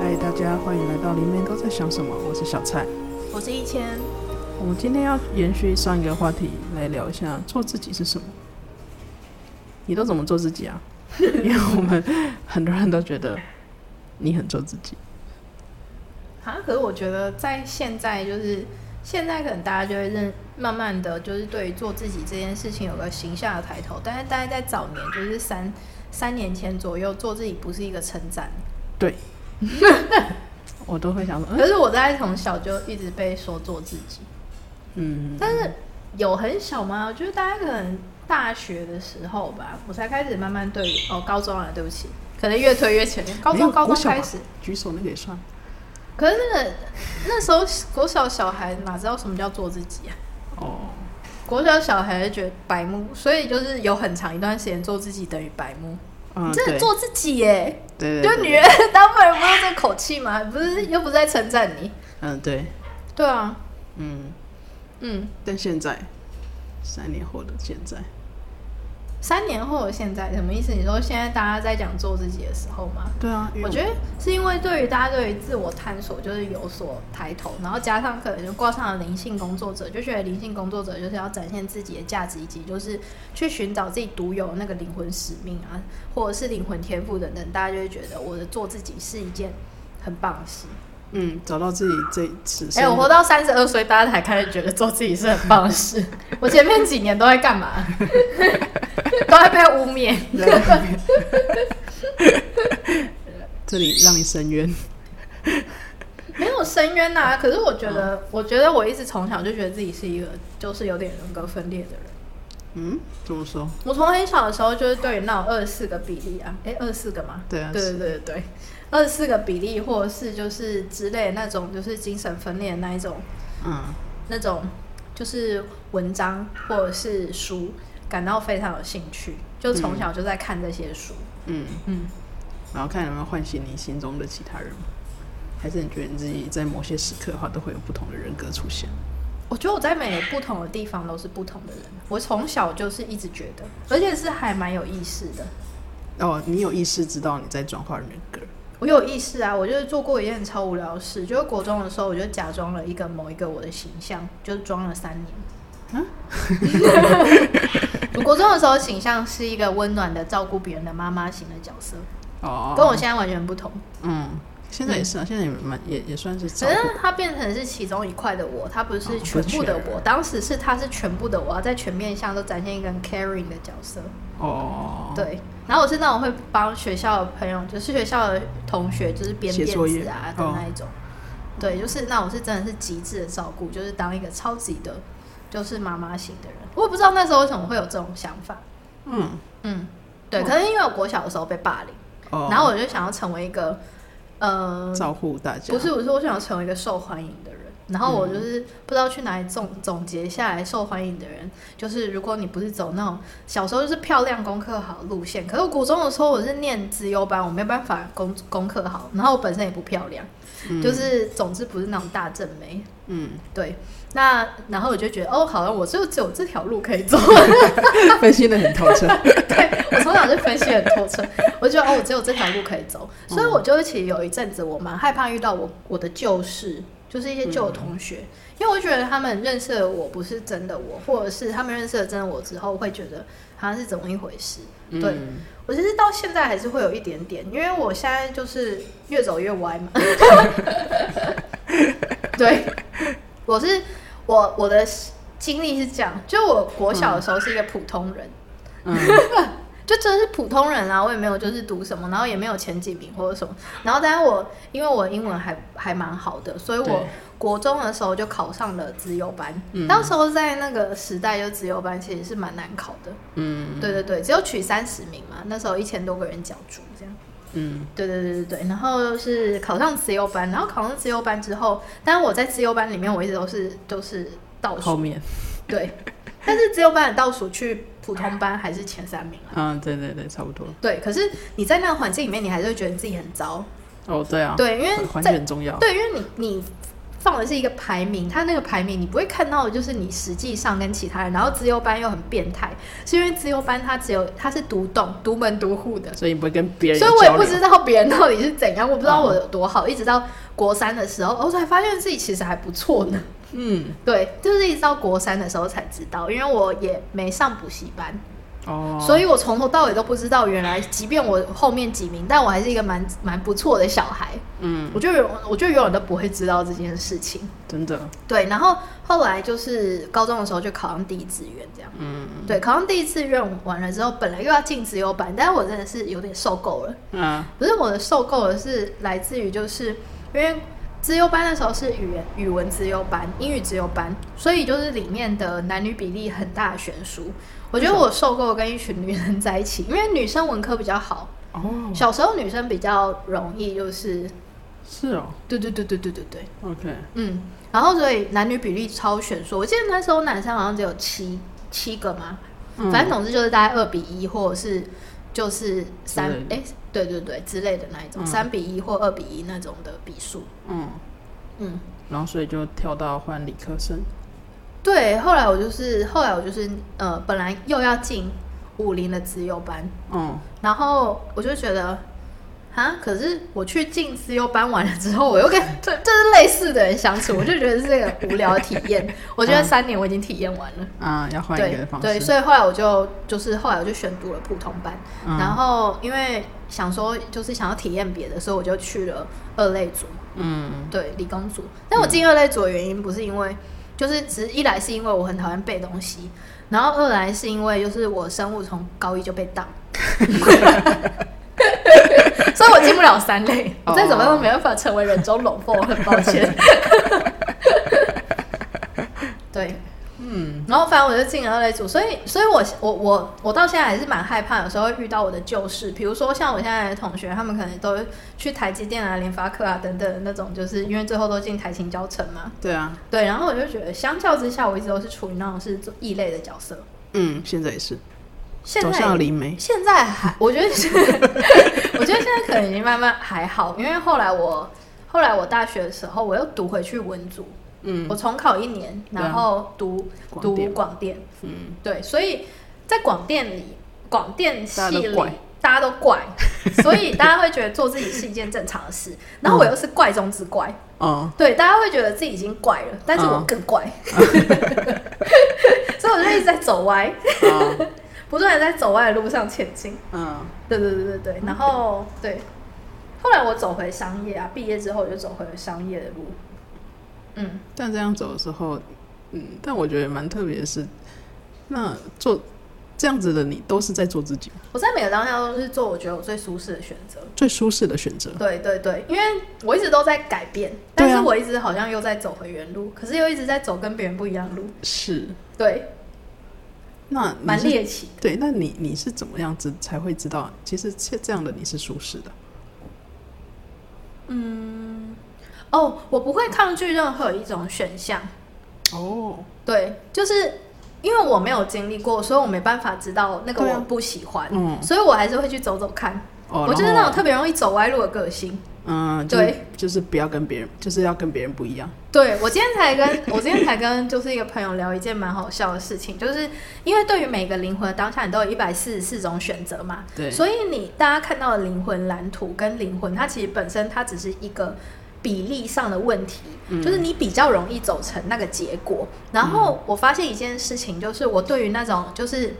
哎家，欢迎来到《林妹都在想什么》，我是小蔡。我是一千，我们今天要延续上一个话题来聊一下做自己是什么。你都怎么做自己啊？ 因为我们很多人都觉得你很做自己，啊，可是我觉得在现在就是现在，可能大家就会认慢慢的就是对于做自己这件事情有个形象的抬头，但是大家在早年就是三三年前左右做自己不是一个称赞， 对，我都会想说，可是我在从小就一直被说做自己，嗯，但是有很小吗？我觉得大家可能大学的时候吧，我才开始慢慢对于哦高中啊，对不起，可能越推越前面，高没有中高国嗯中小啊开始。举手那个也算，可是那个那时候国小小孩哪知道什么叫做自己啊？哦，国小小孩就觉得白目，所以就是有很长一段时间做自己等于白目，嗯，真对的做自己耶！对对，就对女人， 当然不用这口气嘛，不是又不是在称赞你。嗯，对，对啊，嗯，嗯，但现在三年后的现在，三年后的现在什么意思？你说现在大家在讲做自己的时候吗？对啊，因为我觉得是因为对于大家对于自我探索就是有所抬头，然后加上可能就挂上了灵性工作者，就觉得灵性工作者就是要展现自己的价值，以及就是去寻找自己独有的那个灵魂使命啊，或者是灵魂天赋等等，大家就会觉得我的做自己是一件很棒的事。嗯，找到自己这一次，哎、我活到三十二岁，大家才开始觉得做自己是很棒的事。 我前面几年都在干嘛？ 都在被污蔑。 这里让你伸冤。没有深渊呐、可是我觉得，我觉得我一直从小就觉得自己是一个就是有点人格分裂的人。嗯，怎么说？我从很小的时候就是对于那种二十四个比例啊，诶，二十四个嘛，对啊对是对对对，二十四个比例或者是就是之类的那种就是精神分裂的那一种嗯，那种就是文章或者是书感到非常有兴趣，就从小就在看这些书，嗯，嗯，然后看有没有唤醒你心中的其他人，还是你觉得你自己在某些时刻的话，都会有不同的人格出现？我觉得我在每个不同的地方都是不同的人。我从小就是一直觉得，而且是还蛮有意识的。哦，你有意识知道你在转化人格，我有意识啊，我就是做过一件超无聊的事，就是国中的时候，我就假装了一个某一个我的形象，就是装了三啊年。 我国中的时候形象是一个温暖的、照顾别人的妈妈型的角色，哦，跟我现在完全不同。嗯，现在也是啊，现在也蛮也也算是照只是顾，它变成是其中一块的我，它不哦是全部的不全我。当时是它是全部的我，要在全面上都展现一个很 caring 的角色。哦，，对，然后我是那种会帮学校的朋友，就是学校的同学，就是编写辫作业子啊的哦那一种。对，就是那我是真的是极致的照顾，就是当一个超级的，就是妈妈型的人。我也不知道那时候为什么会有这种想法。嗯，嗯，对，可能因为我国小的时候被霸凌，哦，然后我就想要成为一个，呃，照顾大家，不是，我是我想要成为一个受欢迎的人。然后我就是不知道去哪里总总结下来，受欢迎的人就是如果你不是走那种小时候就是漂亮功课好路线，可是我国中的时候我是念资优班，我没办法功功课好，然后我本身也不漂亮，嗯就是总之不是那种大正妹。嗯， 对，那然后我就觉得哦，好像我就只有这条路可以走，分析的很透彻，对我从小就分析很透彻，我就觉得哦，我只有这条路可以走，所以我就其实有一阵子我蛮害怕遇到我我的旧事，就是一些旧同学，因为我觉得他们认识了我不是真的我，或者是他们认识了真的我之后，会觉得好像是怎么一回事。 对嗯我其实到现在还是会有一点点，因为我现在就是越走越歪嘛。对，我是我我的经历是这样，就我国小的时候是一个普通人。嗯，就真的是普通人啊，我也没有就是读什么，然后也没有前几名或者什么，然后但是我因为我英文还还蛮好的，所以我对国中的时候就考上了资优班。嗯那时候在那个时代，就资优班其实是蛮难考的。嗯，对对对，只有取三十名嘛，那时候一千多个人角逐这样。嗯，对对对对对，然后是考上资优班，然后考上资优班之后，但是我在资优班里面我一直都是都是倒后数，面，对，但是资优班的倒数去普通班还是前三名啊。嗯，对对对，差不多，对，可是你在那个环境里面，你还是会觉得你自己很糟。哦，对啊，对，因为环境在很重要，对，因为你你放的是一个排名，它那个排名你不会看到的就是你实际上跟其他人，然后资优班又很变态，是因为资优班它只有它是独栋、独门、独户的，所以你不会跟别人所有以我也交不流知道别人到底是怎样，我不知道我有多好，一直到国三的时候，哦我才发现自己其实还不错呢。嗯对，就是一直到国三的时候才知道，因为我也没上补习班，哦，所以以我从头到尾都不知道，原来即便我后面几名，但我还是一个蛮蛮不错的小孩。嗯我就永我就永远都不会知道这件事情。真的对，然后后来就是高中的时候就考上第一志愿这样。嗯对，考上第一志愿完了之后，本来又要进自由班，但是我真的是有点受够了。啊不是我的受够了，是来自于就是因为资优班的时候是语言语文资优班、英语资优班，所以就是里面的男女比例很大的悬殊。我觉得我受够跟一群女生在一起，因为女生文科比较好，哦小时候女生比较容易就是，是哦对对对对对对对， ，OK 嗯，然后所以男女比例超悬殊。我记得那时候男生好像只有七七个嘛，嗯反正总之就是大概二比一，或者是就是三之类的哎、对对对之类的那一种，嗯三、比一或二比一那种的比数。嗯，嗯，然后所以就跳到换理科生，对。后来我就是后来我就是呃，本来又要进武林的资优班，嗯然后我就觉得。啊！可是我去进资优班完了之后，我又跟这这是类似的人相处，我就觉得是个无聊的体验。我觉得嗯三年我已经体验完了。啊要换一对个方式，对，所以后来我就就是后来我就选读了普通班，嗯然后因为想说就是想要体验别的，所以我就去了二类组，嗯对理工组。但我进二类组的原因不是因为，就是只是一来是因为我很讨厌背东西，然后二来是因为就是我生物从高一就被 当。所以我进不了三类，哦我再怎么样都没办法成为人中龙凤，我很抱 歉。对，嗯然后反正我就进了二类组，所以所以我我我我到现在还是蛮害怕，有时候会遇到我的旧事，比如说像我现在的同学，他们可能都去台积电啊、联发科啊等等的那种，就是因为最后都进台青教程嘛。对啊对，然后我就觉得相较之下，我一直都是处于那种是做异类的角色。嗯现在也是现走向在灵媒，现在还，我觉得是，我觉得现在可能已经慢慢还好，因为后来我后来我大学的时候，我又读回去文组，嗯我重考一年，对啊然后读、广读电广电。嗯对，所以在广电里，广电系大家里都怪大家都怪， 所以大家会觉得做自己是一件正常的事。然后嗯我又是怪中之怪，哦对，大家会觉得自己已经怪了，但是我嗯更怪， 所以我就一直在走歪，哦不断的在走歪的路上前进。嗯对对对对对，然后对，后来我走回商业啊，毕业之后我就走回了商业的路。嗯，但这样走的时候，嗯，但我觉得蛮特别的是，那做这样子的你都是在做自己我在每个当下都是做我觉得我最舒适的选择。最舒适的选择。对对对，因为我一直都在改变，对啊但是我一直好像又在走回原路，可是又一直在走跟别人不一样的路，是，对，那你蛮是猎奇。对，那你你是怎么样子才会知道，其实这这样的你是舒适的？嗯，哦，我不会抗拒任何一种选项，哦，对，就是因为我没有经历过，所以我没办法知道那个对我啊不喜欢，嗯所以我还是会去走走看。哦，我就然是后那种特别容易走歪路的个性。嗯，就是对，就是不要跟别人，就是要跟别人不一样。 对我今天才跟我今天才跟就是一个朋友聊一件蛮好笑的事情，就是因为对于每个灵魂的当下，你都有一百四十四种选择嘛，对，所以你大家看到的灵魂蓝图跟灵魂，它其实本身它只是一个比例上的问题，嗯就是你比较容易走成那个结果。然后我发现一件事情，就是我对于那种就是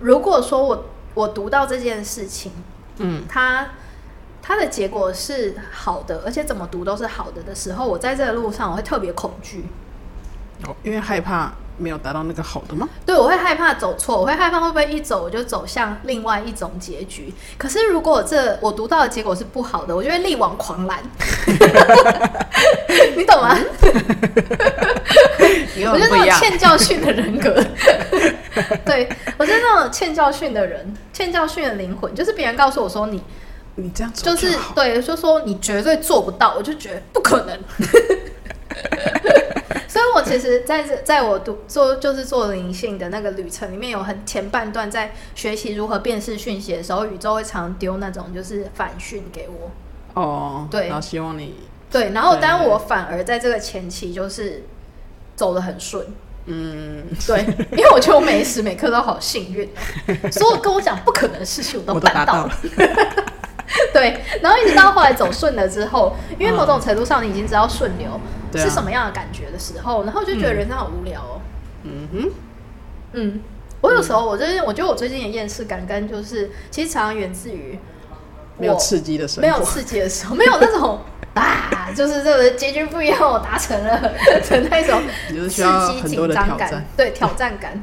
如果说我我读到这件事情，嗯它它的结果是好的，而且怎么读都是好的的时候，我在这个路上我会特别恐惧。哦，因为害怕没有达到那个好的吗？对，我会害怕走错，我会害怕会不会一走我就走向另外一种结局。可是如果这我读到的结果是不好的，我就会力挽狂澜，你懂吗？我就是那种欠教训的人格， 对我就是那种欠教训的人，欠教训的灵魂，就是别人告诉我说你你这样走就是好对，就说你绝对做不到，我就觉得不可 能。所以，我其实在这，在我读做就是做灵性的那个旅程里面，有很前半段在学习如何辨识讯息的时候，宇宙会常丢那种就是反讯给我。哦，对然后希望你对，然后对但我反而在这个前期就是走得很 顺，嗯，对，因为我觉得我每时每刻都好幸运，啊所有跟我讲不可能的事情我我都都达办到到了 了。，对，然后一直到后来走顺了之后，因为某种程度上你已经知道顺流嗯对啊是什么样的感觉的时候，然后就觉得人生好无聊哦。嗯哼，嗯，我有时候我就是我觉得我最近的厌世感跟就是其实常常源自于我没有刺激的生没有活，刺激的时候，没有那种啊，就是这个结局不一样，我达成了的那种你就是需刺要激很紧多的张挑感战，，嗯对挑战感。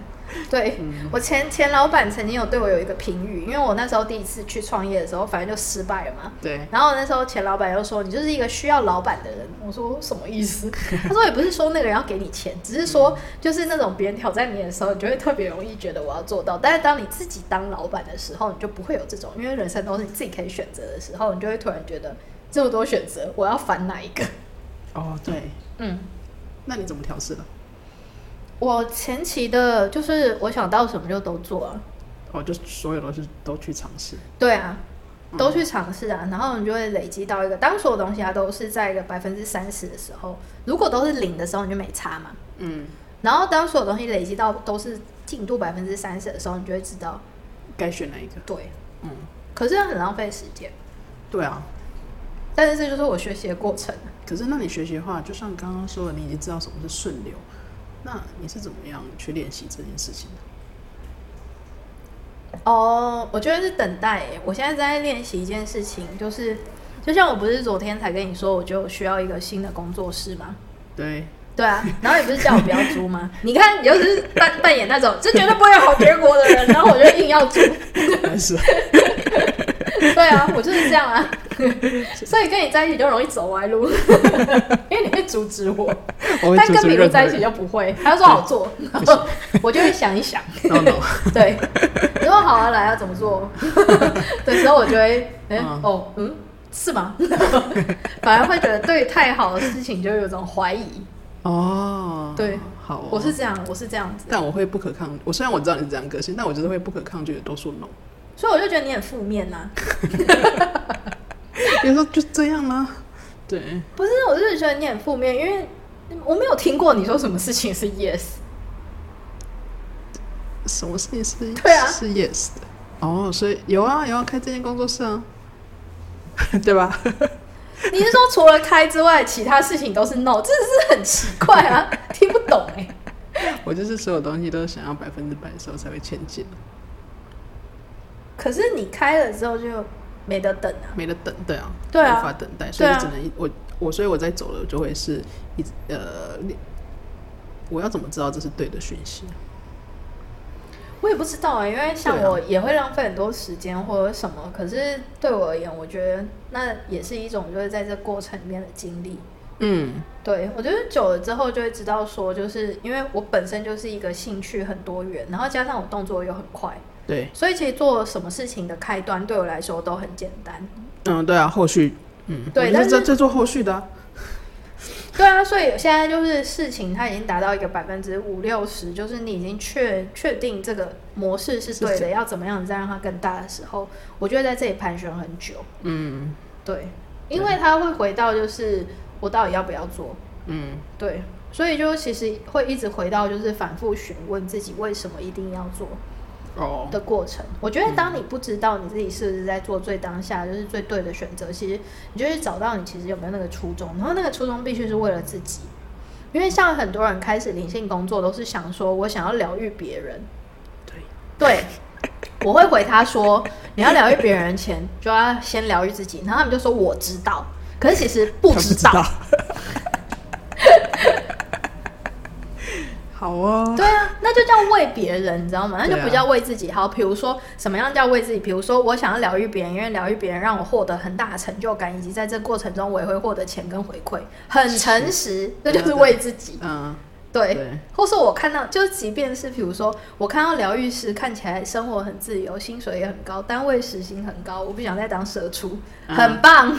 对、我前前老板曾经有对我有一个评语，因为我那时候第一次去创业的时候，反正就失败了嘛。对，然后那时候前老板又说你就是一个需要老板的人，我说什么意思？ 他说也不是说那个人要给你钱，只是说就是那种别人挑战你的时候，你就会特别容易觉得我要做到。但是当你自己当老板的时候，你就不会有这种，因为人生都是你自己可以选择的时候，你就会突然觉得这么多选择，我要烦哪一个？哦对，嗯，那你怎么调试的？我前期的就是我想到什么就都做啊，哦，就所有都是都去尝试，对啊，都去尝试啊，然后你就会累积到一个，当所有东西它都是在一个百分之三十的时候，如果都是零的时候，你就没差嘛。嗯，然后当所有东西累积到都是进度百分之三十的时候，你就会知道，该选哪一个？对，嗯，可是很浪费时间。对啊，但是这就是我学习的过程。啊可是那你学习的话，就像刚刚说的，你已经知道什么是顺流，那你是怎么样去练习这件事情的？哦、我觉得是等待耶。我现在在练习一件事情，就是就像我不是昨天才跟你说，我觉得我需要一个新的工作室吗？对，对啊，然后也不是叫我不要租吗？ 你看，你就是扮扮演那种这绝对不会有好结果的人，然后我就硬要租。 但是对啊，我就是这样啊。 所以跟你在一起就容易走歪路， 因为你会阻止我。我会但阻跟止米露任何在一起人。就不会，他就说好做，然后 我就会想一想， No no，对，你说好啊，来啊，怎么做？ 对，所以我就会，哎、嗯哦，嗯，是吗？ 反而会觉得对太好的事情就有种怀疑。哦，对，好哦、我是这样，我是这样子，但我会不可抗，我虽然我知道你是这样个性，但我就是会不可抗拒的多说 no。所以我就觉得你很负面啊呐、你说就这样啊吗？对，不是，我就是觉得你很负面，因为我没有听过你说什么事情是 yes。什么事情是对啊是 yes 的？哦，所以有啊有啊，开这间工作室啊， 对吧？你是说除了开之外，其他事情都是 no，这是很奇怪啊， 听不懂哎、我就是所有东西都想要百分之百的时候才会前进，可是你开了之后就没得等啊。没得等，对啊，对啊无法等待，所以对啊就只能一、我我，所以我在走了就会是一直呃，我要怎么知道这是对的讯息？我也不知道啊、因为像对啊我也会浪费很多时间或者什么，可是对我而言，我觉得那也是一种就是在这过程里面的经历。嗯，对我觉得久了之后就会知道说，就是因为我本身就是一个兴趣很多元，然后加上我动作又很快，对，所以其实做什么事情的开端对我来说都很简单。嗯，对啊，后续，嗯，对我就但是是在在做后续的、啊，对啊，所以现在就是事情它已经达到一个百分之五六十，就是你已经确确定这个模式是对是这的，要怎么样再让它更大的时候，我就会在这里盘旋很久。嗯对，因为它会回到就是我到底要不要做，嗯，对，所以就其实会一直回到就是反复询问自己为什么一定要做哦，的过程。我觉得当你不知道你自己是不是在做最当下就是最对的选择，其实你就去找到你其实有没有那个初衷，然后那个初衷必须是为了自己。因为像很多人开始灵性工作，都是想说我想要疗愈别人，对，对，我会回他说，你要疗愈别人前，就要先疗愈自己。然后他们就说我知道，可是其实不他知道。 好哦，对啊，那就叫为别人，你知道吗？那就对啊不叫为自己。好，比如说什么样叫为自己？比如说我想要疗愈别人，因为疗愈别人让我获得很大的成就感，以及在这过程中我也会获得钱跟回馈，很诚实， 这就是为自己。嗯，对，啊对或是我看到，就即便是比如说，我看到疗愈师看起来生活很自由，薪水也很高，单位时薪很高，我不想再当社畜，嗯很棒，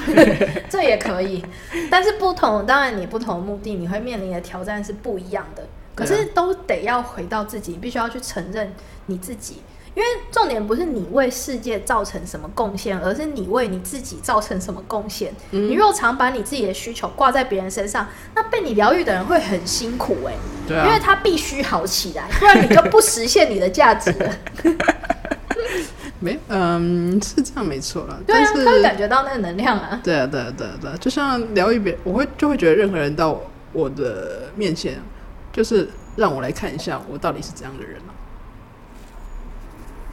这也可以。但是不同，当然你不同的目的，你会面临的挑战是不一样的。可对啊是都得要回到自己，你必须要去承认你自己，因为重点不是你为世界造成什么贡献，而是你为你自己造成什么贡献。嗯你若常把你自己的需求挂在别人身上，那被你疗愈的人会很辛苦哎、对因为啊，他必须好起来，不然你就不实现你的 价值啊了。没，嗯，是这样没错啦。对啊，但他会是，感觉到那个能量啊。对啊，对啊，对啊，对啊，就像疗愈别，我会就会觉得任何人到我的面前，就是让我来看一下我到底是怎样的人啊。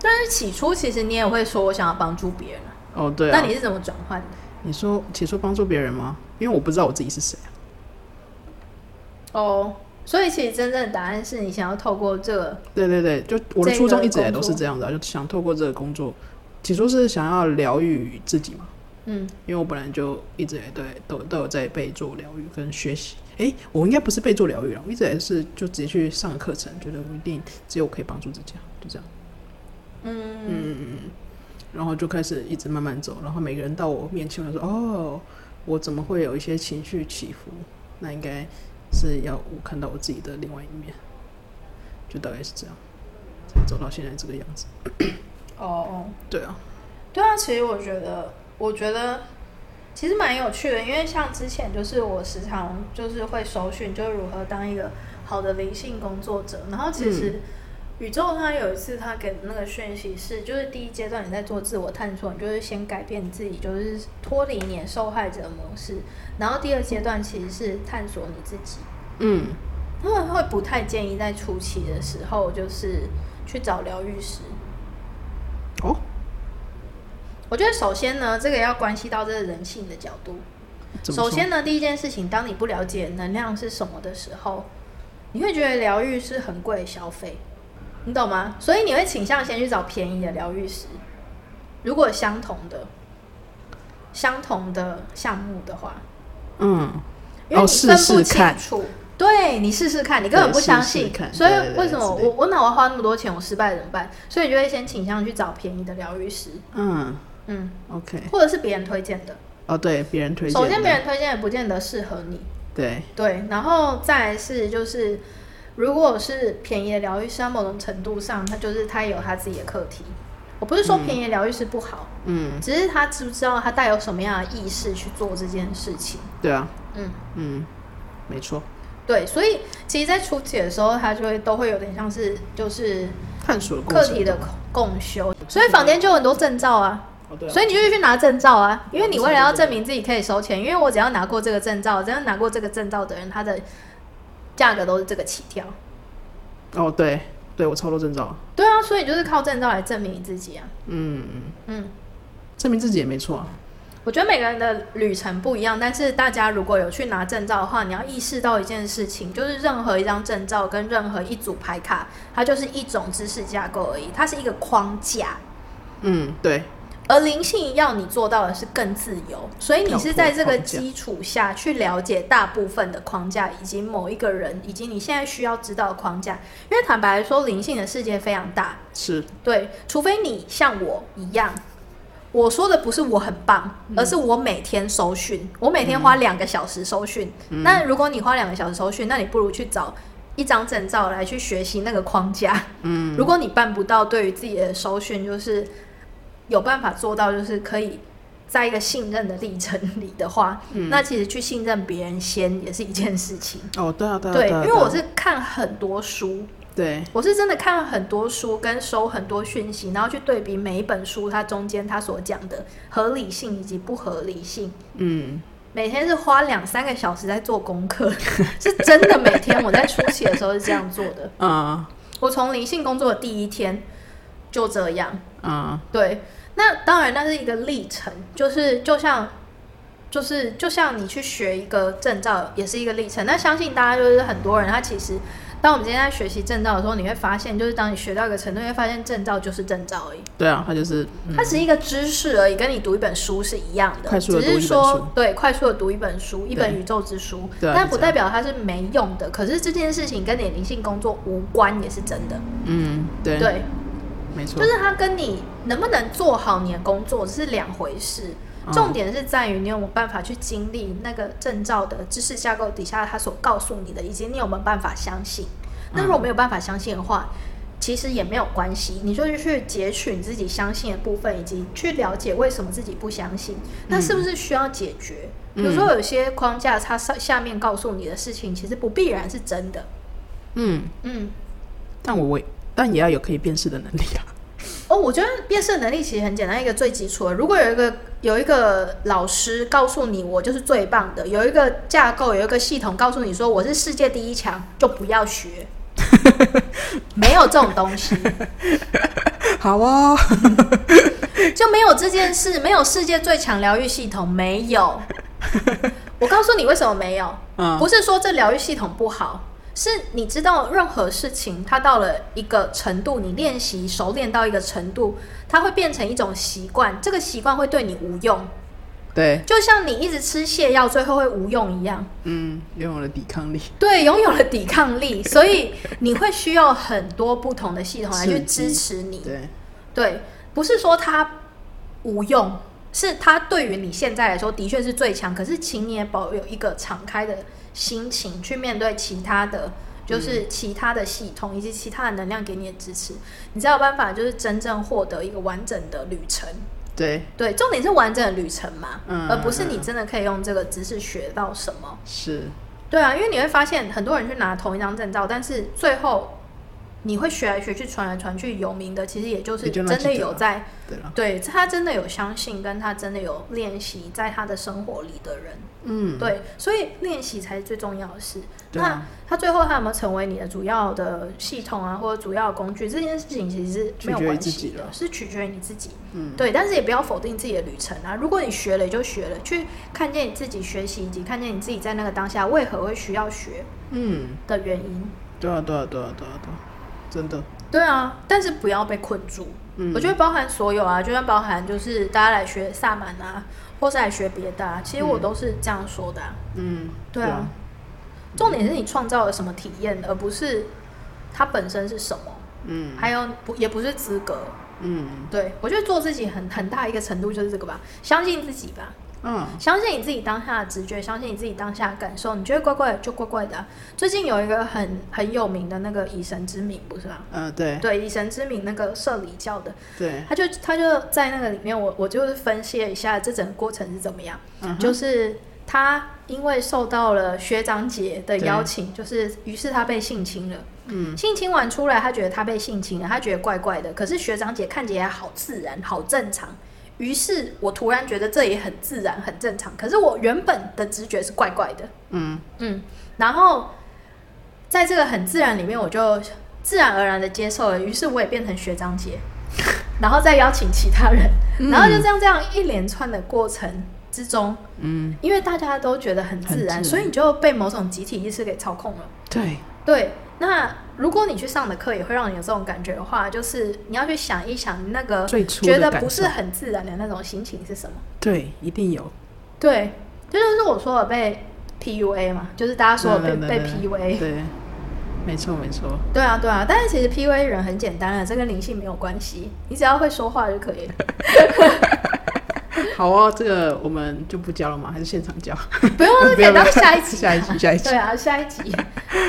但是起初其实你也会说我想要帮助别人啊、哦，对啊。那你是怎么转换的？你说起初帮助别人吗？因为我不知道我自己是谁啊。哦，所以其实真正的答案是你想要透过这个，对对对，就我的这初衷个一直以来工都是作这样的啊、就想透过这个工作，起初是想要疗愈自己嘛，嗯，因为我本来就一直以来对都都有在被做疗愈跟学习。诶，我应该不是被做疗愈了，我一直也是就直接去上课程，觉得我一定只有我可以帮助自己啊，就这样。嗯嗯嗯嗯，然后就开始一直慢慢走，然后每个人到我面前，我就说哦，我怎么会有一些情绪起伏？那应该是要我看到我自己的另外一面，就大概是这样，才走到现在这个样子。哦，对啊，对啊，其实我觉得，我觉得其实蛮有趣的，因为像之前就是我时常就是会搜寻，就是如何当一个好的灵性工作者。然后其实宇宙它有一次它给的那个讯息是，就是第一阶段你在做自我探索，你就是先改变自己，就是脱离你的受害者模式。然后第二阶段其实是探索你自己，嗯，他们会不太建议在初期的时候就是去找疗愈师。哦，我觉得首先呢，这个要关系到这个人性的角度。怎么首说先呢，第一件事情，当你不了解能量是什么的时候，你会觉得疗愈是很贵的消费，你懂吗？所以你会倾向先去找便宜的疗愈师。如果相同的、相同的项目的话，嗯，因为哦你试分试不清看楚。对你试试看，你根本对不试相试信，看所以对对对为什么之类的我我哪会花那么多钱？我失败怎么办？所以你就会先倾向去找便宜的疗愈师，嗯嗯， ，OK，或者是别人推荐的。哦，对，别人推荐的，首先，别人推荐也不见得适合你，对，对，然后再来是就是，如果是便宜的疗愈师，它某种程度上，它就是它有它自己的课题。我不是说便宜的疗愈师不好，嗯，只是他知不知道他带有什么样的意识去做这件事情。对啊，嗯，嗯，没错，对，所以其实，在初期的时候，他就会都会有点像是就是探索的过课程题的共修，所以坊间就有很多证照啊。哦，对啊、所以你就是去拿证照啊，因为你为了要证明自己可以收钱，因为我只要拿过这个证照，只要拿过这个证照的人，他的价格都是这个起跳。哦，对，对我超多证照，对啊，所以就是靠证照来证明你自己啊。嗯，嗯，证明自己也没错啊，我觉得每个人的旅程不一样，但是大家如果有去拿证照的话，你要意识到一件事情，就是任何一张证照跟任何一组牌卡，它就是一种知识架构而已，它是一个框架。嗯，对，而灵性要你做到的是更自由，所以你是在这跳脱个框架基础下去了解大部分的框架，以及某一个人，以及你现在需要知道的框架。因为坦白来说，灵性的世界非常大，是，对，除非你像我一样，我说的不是我很棒，而是我每天搜讯，我每天花两个小时搜讯。那如果你花两个小时搜讯，那你不如去找一张证照来去学习那个框架。嗯，如果你办不到，对于自己的搜讯就是有办法做到，就是可以。在一个信任的历程里的话，那其实去信任别人先也是一件事情。哦，对啊，对啊，对，啊因啊为我是看很多书，对，我是真的看了很多书，跟收很多讯息，然后去对比每一本书它中间它所讲的合理性以及不合理性。嗯，每天是花两三个小时在做功课，是真的。每天我在初期的时候是这样做的。啊、我从灵性工作的第一天就这样。啊、对，那当然那是一个历程，就是就像。就是就像你去学一个证照，也是一个历程。那相信大家就是很多人，他其实当我们今天在学习证照的时候，你会发现，就是当你学到一个程度，你会发现证照就是证照而已，对啊，他就是，嗯它只是一个知识而已，跟你读一本书是一样的，快速地只是读一本书说对快速的读一本书，一本对宇宙之书，对啊但就不这样代表它是没用的。可是这件事情跟你的灵性工作无关，也是真的，嗯，对，对。没错，就是它跟你能不能做好你的工作是两回事。嗯重点是在于你有没有办法去经历那个证照的知识架构底下它所告诉你的，以及你有没有办法相信。那如果没有办法相信的话，其实也没有关系，你就是去截取你自己相信的部分，以及去了解为什么自己不相信，那是不是需要解决？比如说有些框架，它上下面告诉你的事情，其实不必然是真的。嗯，嗯，但我我但也要有可以辨识的能力啊。 哦，我觉得辨识能力其实很简单，一个最基础的。如果有一个有一个老师告诉你我就是最棒的，有一个架构，有一个系统告诉你说我是世界第一强，就不要学。没有这种东西，好哦，就没有这件事，没有世界最强疗愈系统，没有。我告诉你为什么没有，嗯不是说这疗愈系统不好，是你知道任何事情它到了一个程度，你练习熟练到一个程度，它会变成一种习惯，这个习惯会对你无用，对，就像你一直吃泻药，最后会无用一样。嗯，拥有了抵抗力，对，拥有了抵抗力，所以你会需要很多不同的系统来去刺激支持你。对，对，不是说它无用，是它对于你现在来说的确是最强。可是，请你也保有一个敞开的心情去面对其他的，嗯就是其他的系统以及其他的能量给你的支持，你才有办法就是真正获得一个完整的旅程。对，对，重点是完整的旅程嘛，嗯而不是你真的可以用这个知识学到什么。是，对啊，因为你会发现很多人去拿同一张证照，但是最后你会学来学去、传来传去，有名的其实也就是也就那真几的个有啊在对了，对他真的有相信，跟他真的有练习在他的生活里的人，嗯，对，所以练习才是最重要的事。对那啊他最后他有没有成为你的主要的系统啊，或者主要的工具，这件事情其实是没有取决于关自系己的，了是取决于你自己。嗯，对，但是也不要否定自己的旅程啊。如果你学了，也就学了，去看见你自己学习，以及看见你自己在那个当下为何会需要学嗯，的原因。对啊，对啊，对啊，对啊，对啊，真的，对啊，但是不要被困住。嗯我觉得包含所有啊，就算包含就是大家来学萨满啊，或是来学别的啊，其实我都是这样说的、啊。嗯，对啊，重点是你创造了什么体验，而不是它本身是什么，嗯还有不也不是资格。嗯对我觉得做自己很很大一个程度就是这个吧，相信自己吧，嗯，相信你自己当下的直觉，相信你自己当下的感受，你觉得怪怪的就怪怪的啊、最近有一个很很有名的那个以神之名，不是吗？呃，对，对，以神之名那个社里教的，对，他就他就在那个里面，我我就是分析了一下这整个过程是怎么样，嗯哼就是他因为受到了学长姐的对邀请，就是于是他被性侵了。嗯，性侵完出来，他觉得他被性侵了，他觉得怪怪的。可是学长姐看起来好自然，好正常。于是我突然觉得这也很自然，很正常。可是我原本的直觉是怪怪的。嗯，嗯，然后在这个很自然里面，我就自然而然的接受了，于是我也变成学 长姐，然后再邀请其他人，然后就这样这样一连串的过程之中，嗯，因为大家都觉得很自然，很自然所以你就被某种集体意识给操控了。对，对，那如果你去上的课也会让你有这种感觉的话，就是你要去想一想，你那个最初觉的得感不是受很自然的那种心情是什么。对，一定有，对，这就是我说的被 PUA 嘛，就是大家说的被嗯对被对对 PUA。对，没错，没错，对啊，对啊，但是其实 PUA 人很简单啊，这跟灵性没有关系，你只要会说话就 可以了。好哦，这个我们就不教了吗？还是现场教？ 不用，那不可以用到不用下一集啊。下一集下一集对啊，下一集。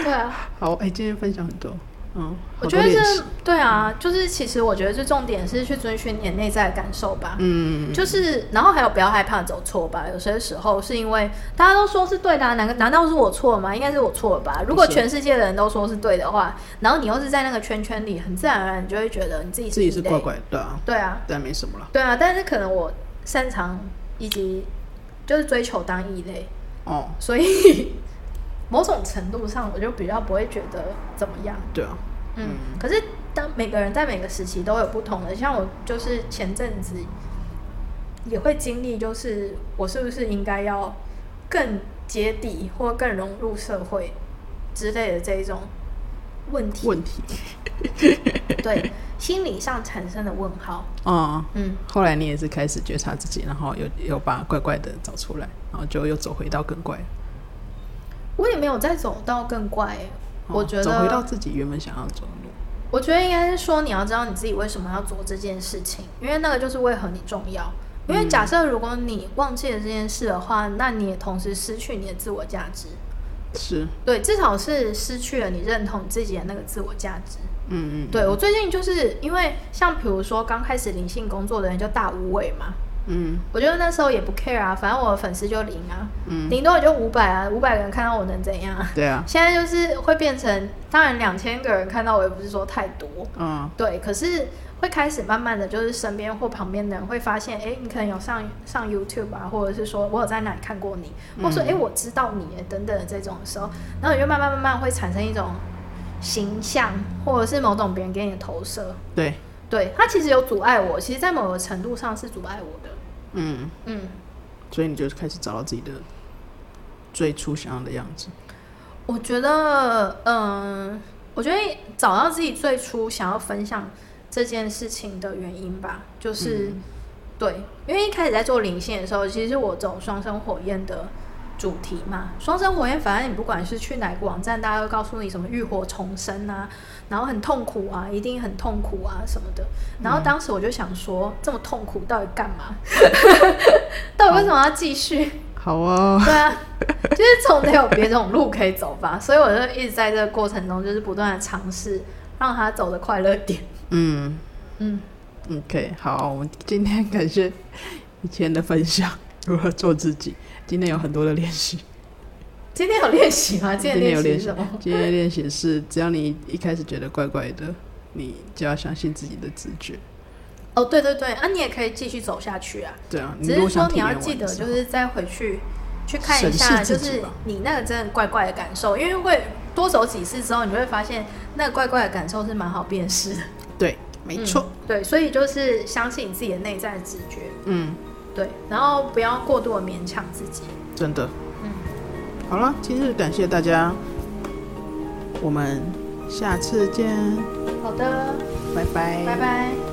对啊，好，哎、今天分享很多，嗯，我好觉多得练这习，对啊，就是其实我觉得最重点是去遵循你的内在的感受吧。嗯，就是，然后还有不要害怕走错吧。有些时候是因为大家都说是对的、啊，难难道是我错了吗？应该是我错了吧。如果全世界的人都说是对的话，然后你又是在那个圈圈里，很自然而然你就会觉得你自己自己是是异类怪。怪的，对啊，对啊，但没什么了。对啊，但是可能我擅长以及就是追求当异类，哦，所以 某种程度上我就比较不会觉得怎么样。对啊，嗯，可是当每个人在每个时期都有不同的，像我就是前阵子也会经历，就是我是不是应该要更接地或更融入社会之类的这一种问题，问题对心理上产生的问号。啊、嗯，后来你也是开始觉察自己，然后有有把怪怪的找出来，然后就又走回到更怪，我也没有再走到更怪欸、哦我觉得走回到自己原本想要走的路。我觉得应该是说，你要知道你自己为什么要做这件事情，因为那个就是为何你重要。因嗯为假设如果你忘记了这件事的话，那你也同时失去你的自我价值。是，对，至少是失去了你认同自己的那个自我价值。嗯嗯，对我最近就是因为像比如说刚开始灵性工作的人就大无畏嘛，嗯我觉得那时候也不 care 啊，反正我的粉丝就零啊，嗯，顶多也就五百啊，五百个人看到我能怎样啊？对啊，现在就是会变成，当然两千个人看到我也不是说太多，嗯对，可是会开始慢慢的就是身边或旁边的人会发现，哎，你可能有上上 YouTube 啊，或者是说我有在哪里看过你，或者说嗯哎、诶我知道你耶等等的这种时候，然后你就慢慢慢慢会产生一种形象，或者是某种别人给你的投射，对，对，它其实有阻碍我，其实在某个程度上是阻碍我的，嗯，嗯。所以你就开始找到自己的最初想要的样子。我觉得，嗯，我觉得找到自己最初想要分享这件事情的原因吧，就是、对，因为一开始在做灵性的时候，其实我走双生火焰的主题嘛。双生火焰，反正你不管是去哪个网站，大家都告诉你什么浴火重生啊，然后很痛苦啊，一定很痛苦啊什么的。然后当时我就想说，这么痛苦到底干嘛？ 到底为什么要继续？好啊、 对啊，就是总得有别种路可以走吧。所以我就一直在这个过程中，就是不断的尝试让他走的快乐点。嗯嗯， ，OK，好，我们今天感谢以前的分享，如何做自己。今天有很多的练习，今天有练习吗？今今天天有练练习习什么？，今天练习是，只要你一开始觉得怪怪的，你就要相信自己的直觉。哦，对对对，啊，你也可以继续走下去啊。对啊，只如是果说想你体验要完记得，之就后是再回去去看一下，审视就自己是吧你那个真的怪怪的感受，因为会多走几次之后，你就会发现那个怪怪的感受是蛮好辨识的。嗯对，没错，对，所以就是相信你自己的内在直觉，嗯，对，然后不要过度的勉强自己。真的。嗯，好了，今日感谢大家，我们下次见，好的，拜拜，拜拜。